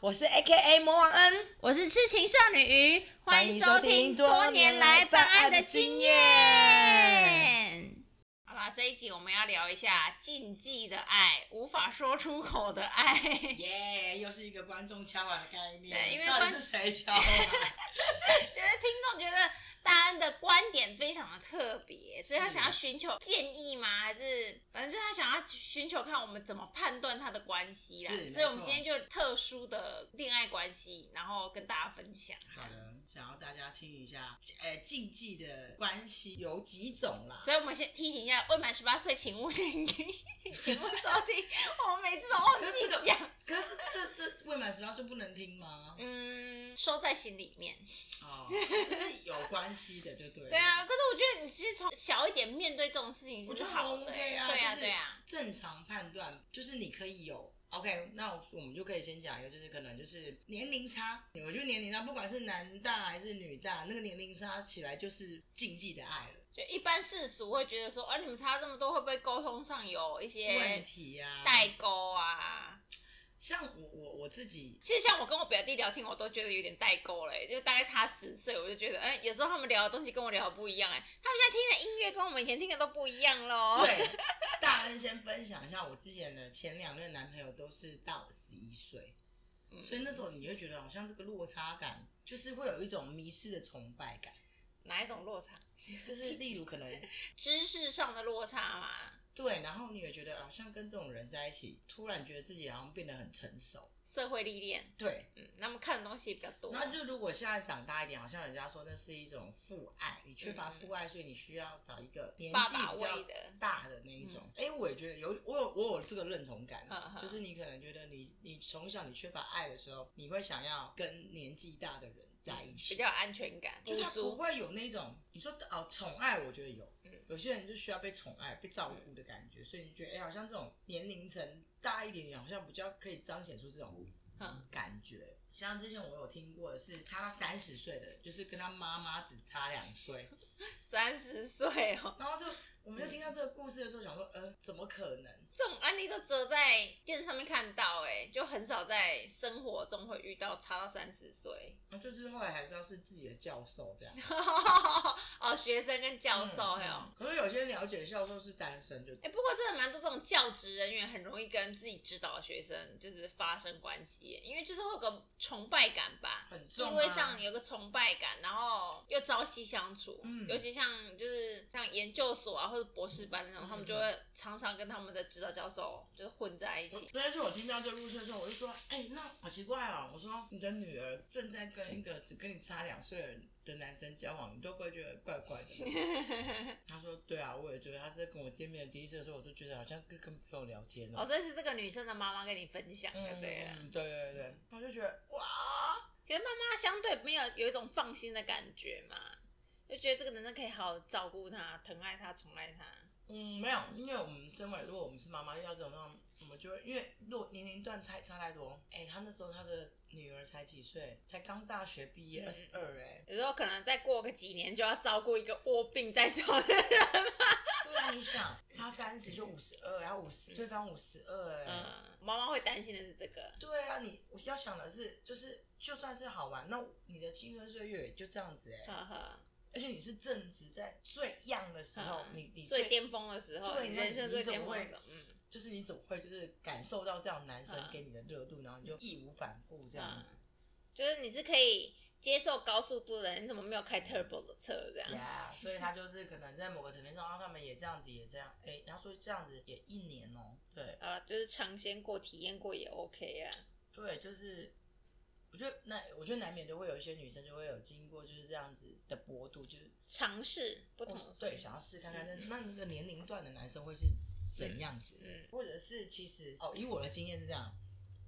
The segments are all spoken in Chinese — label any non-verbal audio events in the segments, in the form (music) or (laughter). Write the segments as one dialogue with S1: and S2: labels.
S1: 我是 A K A 魔王恩，
S2: 我是痴情少女鱼，欢迎收听
S1: 多
S2: 多
S1: 年
S2: 年
S1: 来
S2: 来
S1: 办
S2: 办
S1: 案
S2: 案
S1: 的
S2: 的
S1: 经
S2: 经
S1: 验
S2: 验。好啦，这一集我们要聊一下禁忌的爱，无法说出口的 (laughs) 爱。
S1: 耶、又是一个观众敲碗的概念。
S2: 对因为
S1: 到底
S2: 观
S1: 是谁
S2: (laughs)
S1: 敲碗？
S2: 觉得听众觉得大安的观点非常的特别，所以他想要寻求建议吗？还是反正就是他想要寻求看我们怎么判断他的关系啦
S1: 是。
S2: 所以我们
S1: 没错
S2: 今天就特殊的恋爱关系，然后跟大家分享。
S1: 好的，想要大家听一下，呃，禁忌的关系有几种啦？
S2: 所以我们先提醒一下，未满十八岁请勿听，请勿收听。我们每次都忘
S1: 可是这个
S2: 记讲，
S1: 可是这这这未满十八岁不能听吗？
S2: 嗯，收在心里面。
S1: 哦，就是有关系的就对了。
S2: 对啊，可是我觉得你其实从小一点面对这种事情
S1: 我
S2: 是
S1: 觉得很
S2: 好的、
S1: OK 啊，
S2: 对啊，
S1: 就是
S2: 对啊，
S1: 正常判断就是你可以有 OK，那我我们就可以先讲一个，就是可能就是年龄差，我觉得年龄差不管是男大还是女大，那个年龄差起来就是禁忌的爱了，
S2: 就一般世俗会觉得说，啊，你们差这么多，会不会沟通上有一
S1: 问
S2: 些
S1: 题呀、
S2: 代沟啊？
S1: 像我我我自己
S2: 其实像我跟我表弟聊天，我都觉得有点代沟嘞、就大概差十岁，我就觉得，哎、有时候他们聊的东西跟我聊的不一样、哎，他们现在听的音乐跟我们以前听的都不一样喽。
S1: 对大恩先分享一下，我之前的前两任男朋友都是大我十一岁，
S2: 嗯
S1: 所以那时候你会觉得好像这个落差感，就是会有一种迷失的崇拜感，
S2: 哪一种落差？
S1: 就是例如可能
S2: 知识上的落差嘛。
S1: 对，然后你也觉得好像跟这种人在一起，突然觉得自己好像变得很成熟。
S2: 社会历练，
S1: 对，
S2: 嗯，他们看的东西比较多。
S1: 然后就如果现在长大一点，好像人家说那是一种父爱，你缺乏父爱，所以你需要找一个年
S2: 嗯爸
S1: 纪
S2: 爸
S1: 比较
S2: 味的，
S1: 大的那一种。哎、我也觉得有，我有我有这个认同感啊，
S2: 嗯哼
S1: 就是你可能觉得你你从小你缺乏爱的时候，你会想要跟年纪大的人在一起，
S2: 比较有安全感，
S1: 就他
S2: 补
S1: 不
S2: 足。
S1: 会有那种你说哦宠爱，我觉得有，
S2: 嗯
S1: 有些人就需要被宠爱、被照顾的感觉，所以你就觉得哎、好像这种年龄层大一点点，好像比较可以彰显出这种
S2: 嗯
S1: 感觉。像之前我有听过的是差三十岁的，就是跟他妈妈只差两岁，
S2: 三十岁哦， (laughs)
S1: 然后就我们就听到这个故事的时候，想说呃怎么可能？
S2: 这种案例都只有在电视上面看到、哎，就很少在生活中会遇到差到三十岁。 (laughs)
S1: 然后就是后来才知道是自己的教授这样。
S2: 哦，学生跟 (laughs) 教授
S1: 嗯
S2: 哦。
S1: 嗯可是有些了解教授是单身就
S2: 哎、不过真的蛮多这种教职人员很容易跟自己指导的学生就是发生关系欸耶，因为就是会有个崇拜感吧，
S1: 很重、啊，
S2: 地位上有个崇拜感，然后又朝夕相处，
S1: 嗯
S2: 尤其像就是像研究所啊或者博士班那种，
S1: 嗯
S2: 他们就会常常跟他们的指导教授就是混在一起，
S1: 那次我听到这入睡的时候，我就说：“哎、那好奇怪哦！”我说：“你的女儿正在跟一个只跟你差两岁的男生交往，你都不会觉得怪怪的吗？”
S2: (laughs)
S1: 他说：“对啊，我也觉得。他在跟我见面的第一次的时候，我就觉得好像跟跟朋友聊天
S2: 哦，
S1: 哦。
S2: 所以是这个女生的妈妈跟你分享就
S1: 嗯，
S2: 对了。啊
S1: 嗯对对对，我就觉得哇，
S2: 可是妈妈相对没有有一种放心的感觉嘛，就觉得这个男生可以好好照顾她、疼爱她、宠爱她。
S1: 嗯，没有，因为我们真伟，如果我们是妈妈遇到这种状况，我们就会因为如果年龄段太差太多，哎、他那时候他的女儿才几岁，才刚大学毕业，
S2: 嗯
S1: 二十二，哎，
S2: 有时候可能再过个几年就要照顾一个卧病在床的人，
S1: (laughs) 对啊，你想差三十就五十二，然后五十对方五十二，哎，
S2: 嗯，妈妈会担心的是这个，
S1: 对啊，你我要想的是，就是就算是好玩，那你的青春岁月也就这样子哎、
S2: 呵呵，
S1: 而且你是正值在最 young 的时候，
S2: 嗯
S1: 你你
S2: 最巅峰的时候，
S1: 对
S2: 你
S1: 那
S2: 人生
S1: 你
S2: 最
S1: 怎么
S2: 巅峰的
S1: 会
S2: 时候，嗯，
S1: 就是你怎么会就是感受到这样男生
S2: 嗯
S1: 给你的热度，然后你就义无反顾这样子，
S2: 就是你是可以接受高速度的人，你怎么没有开 turbo 的车这样？
S1: 对啊，所以他就是可能在某个层面上，然后他们也这样子，也这样，哎、然后说这样子也一年哦、对
S2: 啊，就是尝鲜过、体验过也 OK 啊。
S1: 对，就是我觉得那我觉得难免就会有一些女生就会有经过就是这样子的薄度，就是
S2: 尝试不同
S1: 或
S2: 的
S1: 是哦对，想要试看看那那那个年龄段的男生会是怎样子，
S2: 嗯，
S1: 或者是其实哦，以我的经验是这样，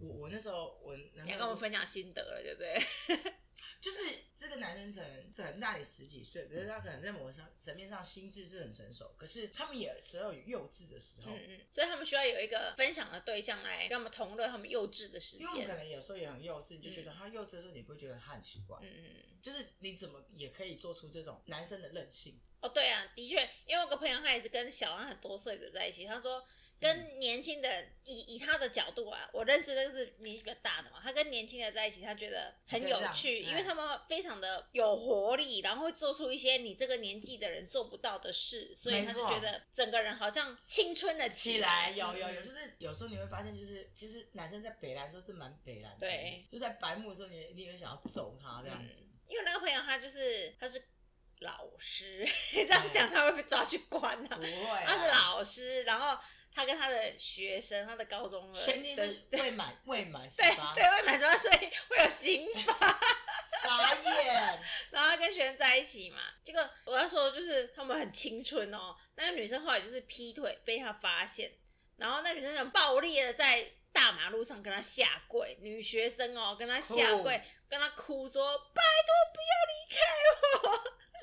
S1: 我我那时候我男
S2: 你
S1: 朋
S2: 要跟我
S1: 友
S2: 们分享心得了，对不
S1: 嗯
S2: 对？
S1: 就是这个男生可能可能大你十几岁，可是他可能在某个上层面上心智是很成熟，可是他们也时候有幼稚的时候，
S2: 嗯嗯，所以他们需要有一个分享的对象来跟我们同乐他们幼稚的时
S1: 因为我们可
S2: 间。
S1: 能有时候也很幼稚，你就觉得他幼稚的时候，你不会觉得他很奇怪，
S2: 嗯嗯，嗯
S1: 就是你怎么也可以做出这种男生的任性。
S2: 哦对啊，的确，因为我有个朋友他也是跟小安很多岁的在一起，他说
S1: 嗯
S2: 跟年轻的以以他的角度啊，我认识那个是年纪比较大的嘛，他跟年轻的在一起，他觉得很有趣，
S1: 很让
S2: 因为他们非常的有活力，然后会做出一些你这个年纪的人做不到的事，所以他就
S1: 没错
S2: 觉得整个人好像青春了
S1: 起来
S2: 来，
S1: 有有有，
S2: 嗯
S1: 就是有时候你会发现，就是其实男生在北兰的时候是蛮北兰的，
S2: 对，
S1: 就在白目的时候你，你也会想要揍他这样子，
S2: 因为那个朋友他就是他是老
S1: (laughs)
S2: 师，这样讲他会被抓去关
S1: 不
S2: 啊，
S1: 会啊，
S2: 他是老师，然后他跟他的学生，他的高中的
S1: 前提是
S2: 对
S1: 未满未满十
S2: (laughs) 对
S1: 八，
S2: 对未满十八岁会有刑罚。
S1: 傻眼，
S2: 然后他跟学生在一起嘛，结果我要说的就是他们很青春哦。那个女生后来就是劈腿被他发现，然后那女生很暴力的在大马路上跟他下跪，女学生哦跟他下跪
S1: 酷，
S2: 跟他哭说拜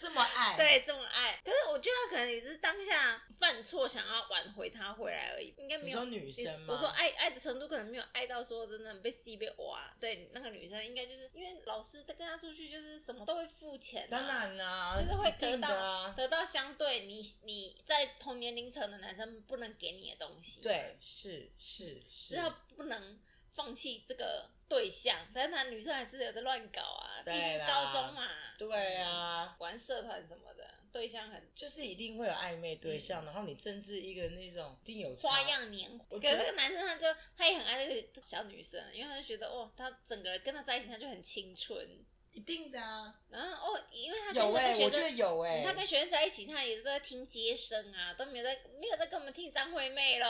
S1: 这么爱，，
S2: 对这么爱。可是我觉得他可能也是当下犯错想要挽回他回来而已，应该没
S1: 你
S2: 有
S1: 说。女生吗？
S2: 我说爱爱的程度可能没有爱到说真的被 C 被挖，对那个女生应该就是因为老师跟她出去就是什么都会付钱、啊，
S1: 当然啦，
S2: 就是会
S1: 一定
S2: 得到
S1: 的啊，
S2: 得到相对你你在同年龄层的男生不能给你的东西，，啊
S1: 对，是是，
S2: 就是是他不能放弃这个对象，但是他女生还是有在乱搞啊，毕
S1: 对
S2: 竟
S1: 啦
S2: 高中嘛，嗯
S1: 对啊。
S2: 玩社团什么的，对象很
S1: 就是一定会有暧昧对象，然后你政治一个那种一定有差
S2: 嗯花，样年华。
S1: 我
S2: 可
S1: 觉
S2: 是
S1: 得
S2: 那个男生他就他也很爱那个小女生，因为他就觉得哦，他整个跟他在一起他就很青春，
S1: 一定的啊，
S2: 然后哦，因为他跟
S1: 有
S2: 那
S1: 哎、
S2: 个学
S1: 我
S2: 生
S1: 觉得有哎、
S2: 嗯他跟学生在一起，他也是在听接生啊，都没有在没有在跟我们听张惠妹喽。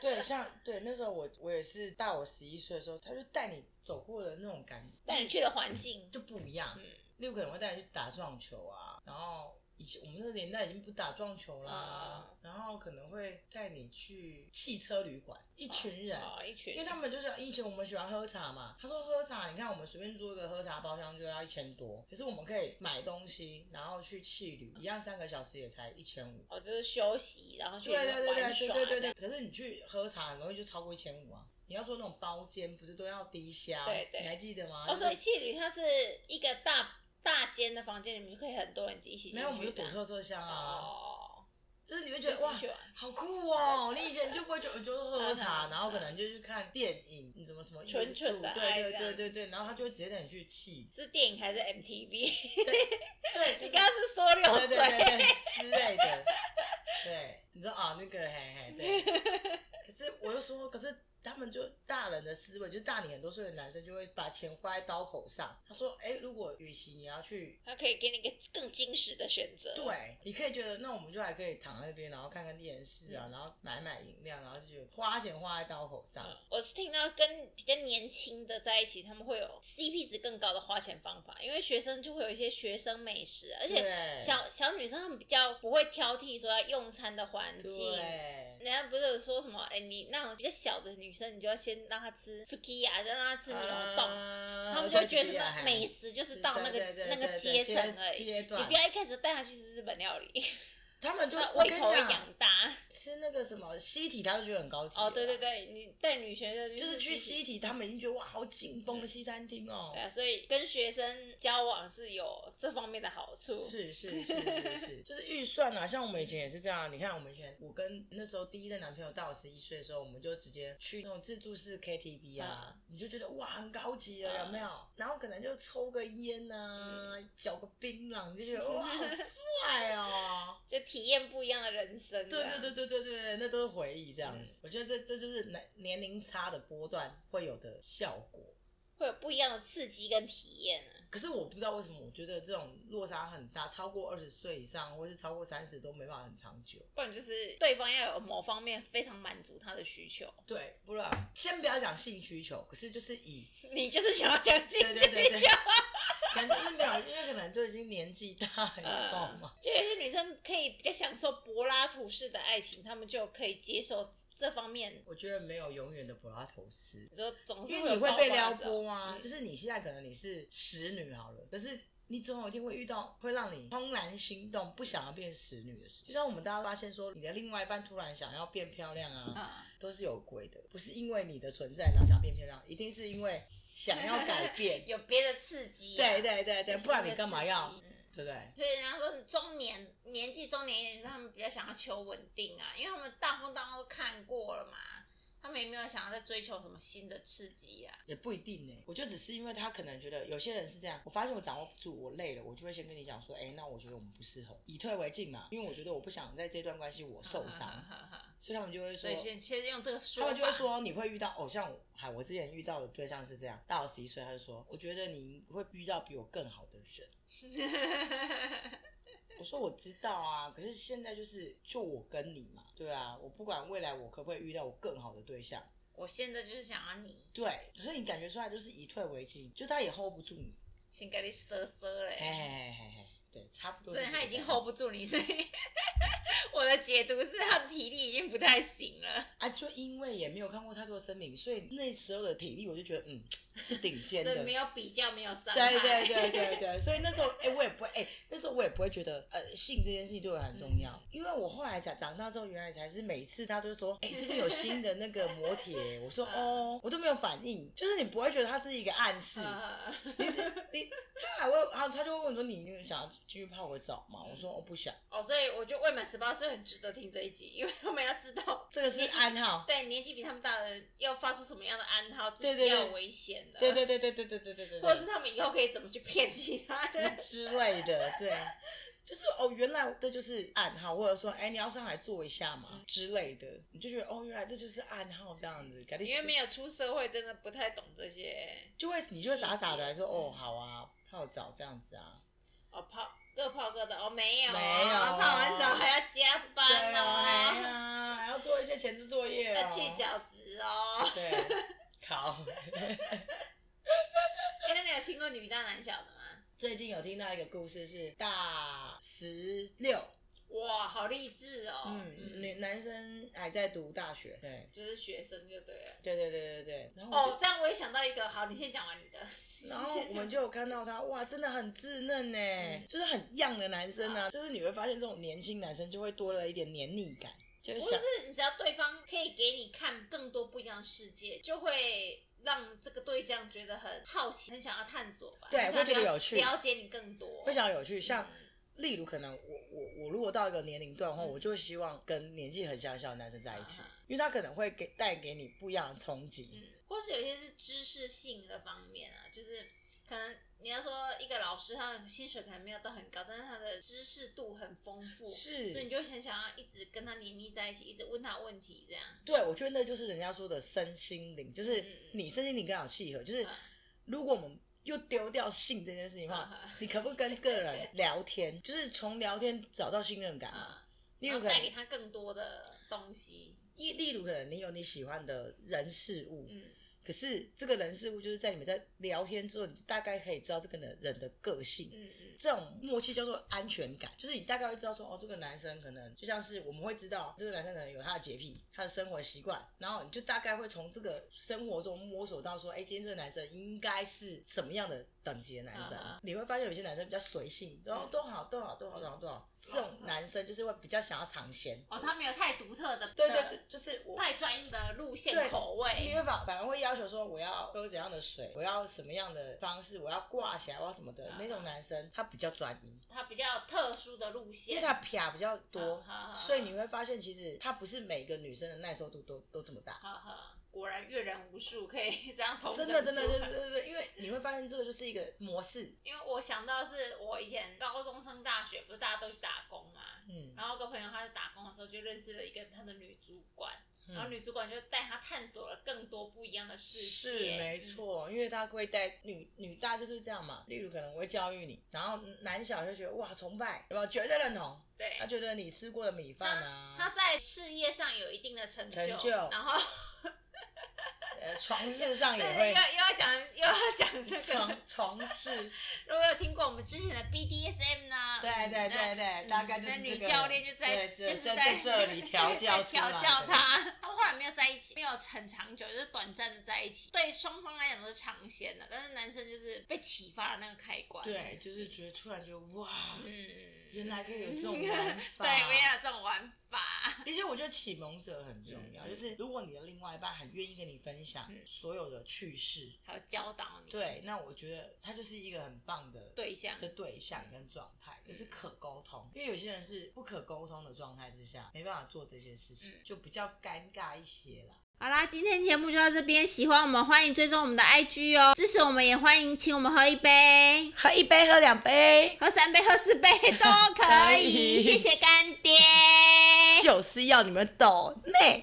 S1: 对，像对那时候我我也是大我十一岁的时候，他就带你走过的那种感觉，
S2: (laughs) 带你去的环境，
S1: 就不一样。
S2: 嗯
S1: 例如可能会带你去打撞球啊，然后以前我们那个年代已经不打撞球啦，
S2: 啊
S1: 然后可能会带你去汽车旅馆，一群人。
S2: 哦，一群，
S1: 因为他们就是以前我们喜欢喝茶嘛，他说喝茶，你看我们随便租一个喝茶包厢就要一千多，可是我们可以买东西，然后去汽旅，一样三个小时也才一千五。
S2: 哦就是休息，然后去
S1: 对对对
S2: 玩
S1: 对
S2: 耍，
S1: 对对对对。可是你去喝茶很容易就超过一千五啊！你要做那种包间，不是都要低消？
S2: 对对
S1: 你还记得吗？
S2: 哦，
S1: 就是
S2: 所以气旅它是一个大大间的房间，你们可以很多人一起进去
S1: 没有，我们就躲
S2: 的
S1: 车车厢啊，
S2: 哦，
S1: 就是你会觉得
S2: 就
S1: 哇
S2: 是去。玩
S1: 好酷哦！你以前就不会觉得就是喝
S2: 嗯
S1: 茶，
S2: 嗯
S1: 然后可能就去看电影，你怎么什么
S2: 纯纯的
S1: YouTube，
S2: 爱
S1: 对对
S2: 这样
S1: 对对对，然后他就会直接带你去气，
S2: 是电影还是 MTV？
S1: 对，就
S2: 你
S1: 是
S2: 刚刚是说 (laughs) 溜
S1: 对对
S2: 嘴，
S1: 对对之类的，对，你说啊、那个嘿嘿对，
S2: (laughs)
S1: 可是我就说，可是他们就大人的思维，就大你很多岁的男生就会把钱花在刀口上。他说，哎、如果与其你要去。
S2: 它可以给你一个更精实的选择。
S1: 对，你可以觉得那我们就还可以躺在那边，然后看看电视啊，
S2: 嗯
S1: 然后买买饮料，然后就觉得花钱花在刀口上。
S2: 嗯我是听到跟比较年轻的在一起，他们会有 CP 值更高的花钱方法，因为学生就会有一些学生美食，而且
S1: 对
S2: 小小女生她们比较不会挑剔说要用餐的环境。
S1: 对，
S2: 人家不是有说什么？哎、你那种比较小的女生，你就要先让她吃 sukiya，再让她吃牛冻，
S1: 啊
S2: 他们就会
S1: 对
S2: 觉得
S1: 对
S2: 什
S1: 对
S2: 么
S1: 嘿
S2: 美食就是到那个
S1: 对对
S2: 那
S1: 对
S2: 个
S1: 对
S2: 阶
S1: 阶
S2: 层而已。
S1: 阶
S2: 你
S1: 段
S2: 不，要呃一开始带她去吃日本料理，
S1: 他们就
S2: 那
S1: 我
S2: 胃
S1: 跟你
S2: 口会
S1: 讲，
S2: 养大。
S1: 吃那个什么西体，他就觉得很高级了
S2: 哦，对对，对，你带女学生
S1: 就是去
S2: 西。
S1: 西体，他们已经觉得哇，好紧绷的西餐厅哦
S2: 对。啊，所以跟学生交往是有这方面的好处。
S1: 是是
S2: (laughs)
S1: 是是是，就是预算啊，像我们以前也是这样啊。你看我们以前，我跟那时候第一任男朋友到我十一岁的时候，我们就直接去那种自助式 KTV 啊，你就觉得哇很高级了，
S2: 嗯
S1: 有没有？然后可能就抽个烟啊，嚼个槟榔，就觉
S2: (laughs)
S1: 得哇好帅哦。
S2: 就体验不一样的人生。啊
S1: 对
S2: 这样
S1: 对对对对对对，那都是回忆这样
S2: 嗯
S1: 子。我觉得这这就是年年龄差的波段会有的效果。
S2: 会有不一样的刺激跟体验啊。
S1: 可是我不知道为什么，我觉得这种落差很大，超过二十岁以上，或是超过三十都没办法很长久。
S2: 不然就是对方要有某方面非常满足他的需求， (laughs)
S1: 对，不然先不要讲性需求，可是就是以
S2: 你就是想要讲兴
S1: 对
S2: 趣
S1: 对对
S2: 需
S1: 对
S2: 求。，
S1: 可能就是没有，因为可能就已经年纪大，你知道吗？
S2: 呃就有些女生可以比较享受柏拉图式的爱情，她们就可以接受这方面。
S1: 我觉得没有永远的柏拉图斯，
S2: 你说总嗯是
S1: 因为你
S2: 有啊
S1: 会被
S2: 爆发
S1: 撩
S2: 的时候
S1: 拨吗？
S2: 嗯
S1: 就是你现在可能你是使女好了，可是你总有一天会遇到会让你怦然心动、不想要变使女的事。就像我们大家发现说，你的另外一半突然想要变漂亮啊，
S2: 啊，
S1: 都是有鬼的，不是因为你的存在然后想要变漂亮，一定是因为想要改
S2: (laughs)
S1: 变。
S2: 有别的刺激啊、
S1: 对对对对，
S2: 有新的刺激，
S1: 不然你干嘛要？
S2: 嗯
S1: 对不对？
S2: 所以人家说中年年纪中年一点，就是他们比较想要求稳定啊，因为他们大风大浪都看过了嘛，他们也没有想要再追求什么新的刺激啊。
S1: 也不一定呢、我觉得只是因为他可能觉得有些人是这样，我发现我掌握不住，我累了，我就会先跟你讲说，哎、那我觉得我们不适合，以退为进嘛，因为我觉得我不想在这段关系我受
S2: 嗯
S1: 伤，所以他们就会说
S2: 所以，先先用这个说
S1: 他
S2: 法，
S1: 们就会说你会遇到偶像，嗨，我之前遇到的对象是这样，大我十一岁，他就说，我觉得你会遇到比我更好的人。我说我知道啊，可是现在就是就我跟你嘛，对啊，我不管未来我可不可以遇到我更好的对象，
S2: (laughs) 我现在就是想要你
S1: 对，可是你感觉出来就是以退为进，就他也 hold 不住你，
S2: 先给你瑟瑟嘞。
S1: 哎哎哎哎，对，差不多
S2: 所
S1: 是
S2: 以
S1: 这个概念。
S2: 他已经 hold 不住你，所以 (laughs) 我的解读是他的体力已经不太行了，
S1: 啊，就因为也没有看过太多的声明，所以那时候的体力我就觉得嗯是顶尖
S2: (laughs)
S1: 的
S2: 这。没有比较，没有伤害。(laughs)
S1: 对对对对对，所以那时候，哎、我也不会，哎、那时候我也不会觉得，呃，性这件事情对我很重要，
S2: 嗯
S1: 因为我后来长长大之后，原来才是每次他都说，哎、这边有新的那个摩铁，我
S2: (laughs)
S1: 说
S2: 嗯
S1: 哦，我都没有反应，就是你不会觉得它是一个暗示，
S2: 呃
S1: 你他还会，他他就会问说你你想要继续泡个澡吗？我说我、不想，
S2: (laughs) 哦，所以我觉得未满十八岁很值得听这一集，因为他们要知道
S1: 这个是
S2: (laughs)
S1: 暗号。
S2: 对年纪比他们大的人要发出什么样的暗号，自
S1: 对
S2: 己
S1: 对对
S2: 要有危险的，
S1: 对对对对对对对对对，
S2: 或者是他们以后可以怎么去骗其他人。
S1: 之类的，对， (laughs) 就是哦，原来这就是暗号，或者说，哎，你要上来坐一下嘛之类的，你就觉得哦，原来这就是暗号这样子，感觉
S2: (laughs) 因为没有出社会，真的不太懂这些
S1: 就会你就会傻傻的来说，
S2: 细节
S1: 哦，好啊，泡澡这样子啊，
S2: 哦，泡各泡各的哦，没有哦，
S1: 没有哦
S2: 泡完澡还要加班
S1: 哎
S2: 哦，
S1: 呀，还要做一些前置作业、
S2: 要
S1: 啊，
S2: 去，角质哦。 (laughs)
S1: (laughs) 对，好。
S2: 哎、那你有听过女大男小的吗？
S1: 最近有听到一个故事是大十六，
S2: 哇，好励志哦！
S1: 哦嗯，女男生还在读大学，对，
S2: 就是学生就对了。
S1: 对对对对对，然后我就
S2: 哦，这样我也想到一个，好，你先讲完你的。
S1: 然后我们就有看到他，哇，真的很稚嫩呢，
S2: 嗯
S1: 就是很样的男生啊，就是你会发现这种年轻男生就会多了一点黏腻感，就是
S2: 不
S1: 想
S2: 是，你只要对方可以给你看更多不一样的世界，就会让这个对象觉得很好奇，很想要探索吧。
S1: 对
S2: 很想
S1: 会觉得
S2: 了
S1: 有趣
S2: 了解你更多。
S1: 非常有趣。像
S2: 嗯
S1: 例如，可能我我我如果到一个年龄段的话，
S2: 嗯
S1: 我就会希望跟年纪很相像的男生在一起
S2: 啊哈，
S1: 因为他可能会给带给你不一样的冲击。
S2: 嗯，或是有些是知识性的方面啊，就是可能你要说一个老师，他的薪水可能没有到很高，但是他的知识度很丰富，
S1: 是
S2: 嗯所以你就很想要一直跟他黏腻在一起，一直问他问题这样。
S1: 对，我觉得那就是人家说的身心灵，就是
S2: 嗯嗯嗯
S1: 你身心灵刚好契合。就是
S2: 啊
S1: 如果我们又丢掉性这件事情的话
S2: 啊哈，
S1: 你可不可以跟这个人聊天？就是从聊天找到信任感嘛。
S2: 啊，
S1: 例
S2: 然
S1: 如
S2: 后
S1: 可
S2: 带给
S1: 能，
S2: 他更多的东西。
S1: 例例如可能你有你喜欢的人事物，
S2: 嗯，
S1: 可是这个人事物就是在你们在聊天之后，你就大概可以知道这个人人的个性。啊
S2: 嗯嗯，
S1: 这种默契叫做安全感，就是你大概会知道说，哦，这个男生可能就像是我们会知道这个男生可能有他的洁癖，他的生活习惯，然后你就大概会从这个生活中摸索到说，哎，今天这个男生应该是什么样的等级的男生。
S2: 啊哈
S1: 你会发现有些男生比较随性，然后
S2: 嗯
S1: 都好，都好，都好，然后都好，这种男生就是会比较想要尝鲜。
S2: 哦，他没有太独特的，呃
S1: 对对对，，就是我
S2: 太专一的路线
S1: 对
S2: 口味。
S1: 没办法，反而会要求说我要喝怎样的水，我要什么样的方式，我要挂起来，我要什么的、
S2: 啊
S1: 那种男生，他比较专一，
S2: 他比较特殊的路
S1: 因
S2: 线，
S1: 为他啪比较多
S2: 啊，啊啊
S1: 所以你会发现其实他不是每个女生的耐受度都都这么大。
S2: 哈哈，果然阅人无数，可以 (laughs) 这样同
S1: 真的，
S2: 整
S1: 真的，
S2: 出
S1: 对
S2: 来
S1: 对对对，因为你会发现这个就是一个模式，
S2: 因为我想到是我以前高中升大学，不是大家都去打工嘛，
S1: 嗯，
S2: 然后跟朋友他在打工的时候就认识了一个他的女主管，
S1: 嗯
S2: 然后女主管就带他探索了更多不一样的世
S1: 是
S2: 界，嗯
S1: 没错，因为他会带女女大就是这样嘛，例如可能我会教育你，然后男小就觉得哇崇拜，有没有绝对认同？
S2: 嗯，对
S1: 他，觉得你吃过的米饭啊，
S2: (laughs) 他在事业上有一定的成
S1: 成就
S2: 然后
S1: 呃床事上
S2: 对
S1: 也
S2: 对，(laughs)
S1: 会
S2: 又要又要讲又要讲这个
S1: 床，床
S2: (laughs)
S1: 事。
S2: 如果有听过我们之前的 BDSM 呢，
S1: 对对对对，
S2: 嗯
S1: 大概就是
S2: 那
S1: 这
S2: 女
S1: 个
S2: 教练就是在
S1: 对
S2: 就
S1: 这
S2: 是
S1: 这
S2: 在
S1: 这这里调
S2: (laughs) 在
S1: 教出来
S2: 调
S1: 的
S2: 教。他。他们后来没有在一起，没有很长久，就是短暂的在一起。对双方来讲都是尝鲜的，但是男生就是被启发了那个开关。
S1: 对，就是觉得突然觉得哇，
S2: 嗯，嗯，嗯
S1: 原来可以有这种玩法。
S2: 对，我也有这种玩法。
S1: 的确，我觉得启蒙者很重要，
S2: 嗯
S1: 就是如果你的另外一半很愿意跟你分享
S2: 嗯
S1: 所有的趣事，
S2: 还有教导你
S1: 对，那我觉得他就是一个很棒的
S2: 对象，
S1: 的对象跟状态，就是可沟通。因为有些人是不可沟通的状态之下，没办法做这些事情，
S2: 嗯
S1: 就比较尴尬一些啦。
S2: 好啦，今天节目就到这边。喜欢我们，欢迎追踪我们的 IG 哦，支持我们，也欢迎请我们喝一杯、
S3: 喝一杯，喝两杯，
S2: 喝三杯、喝四杯都可
S3: (laughs) 可以
S2: 以。谢谢干爹，
S3: 就是要你们懂内。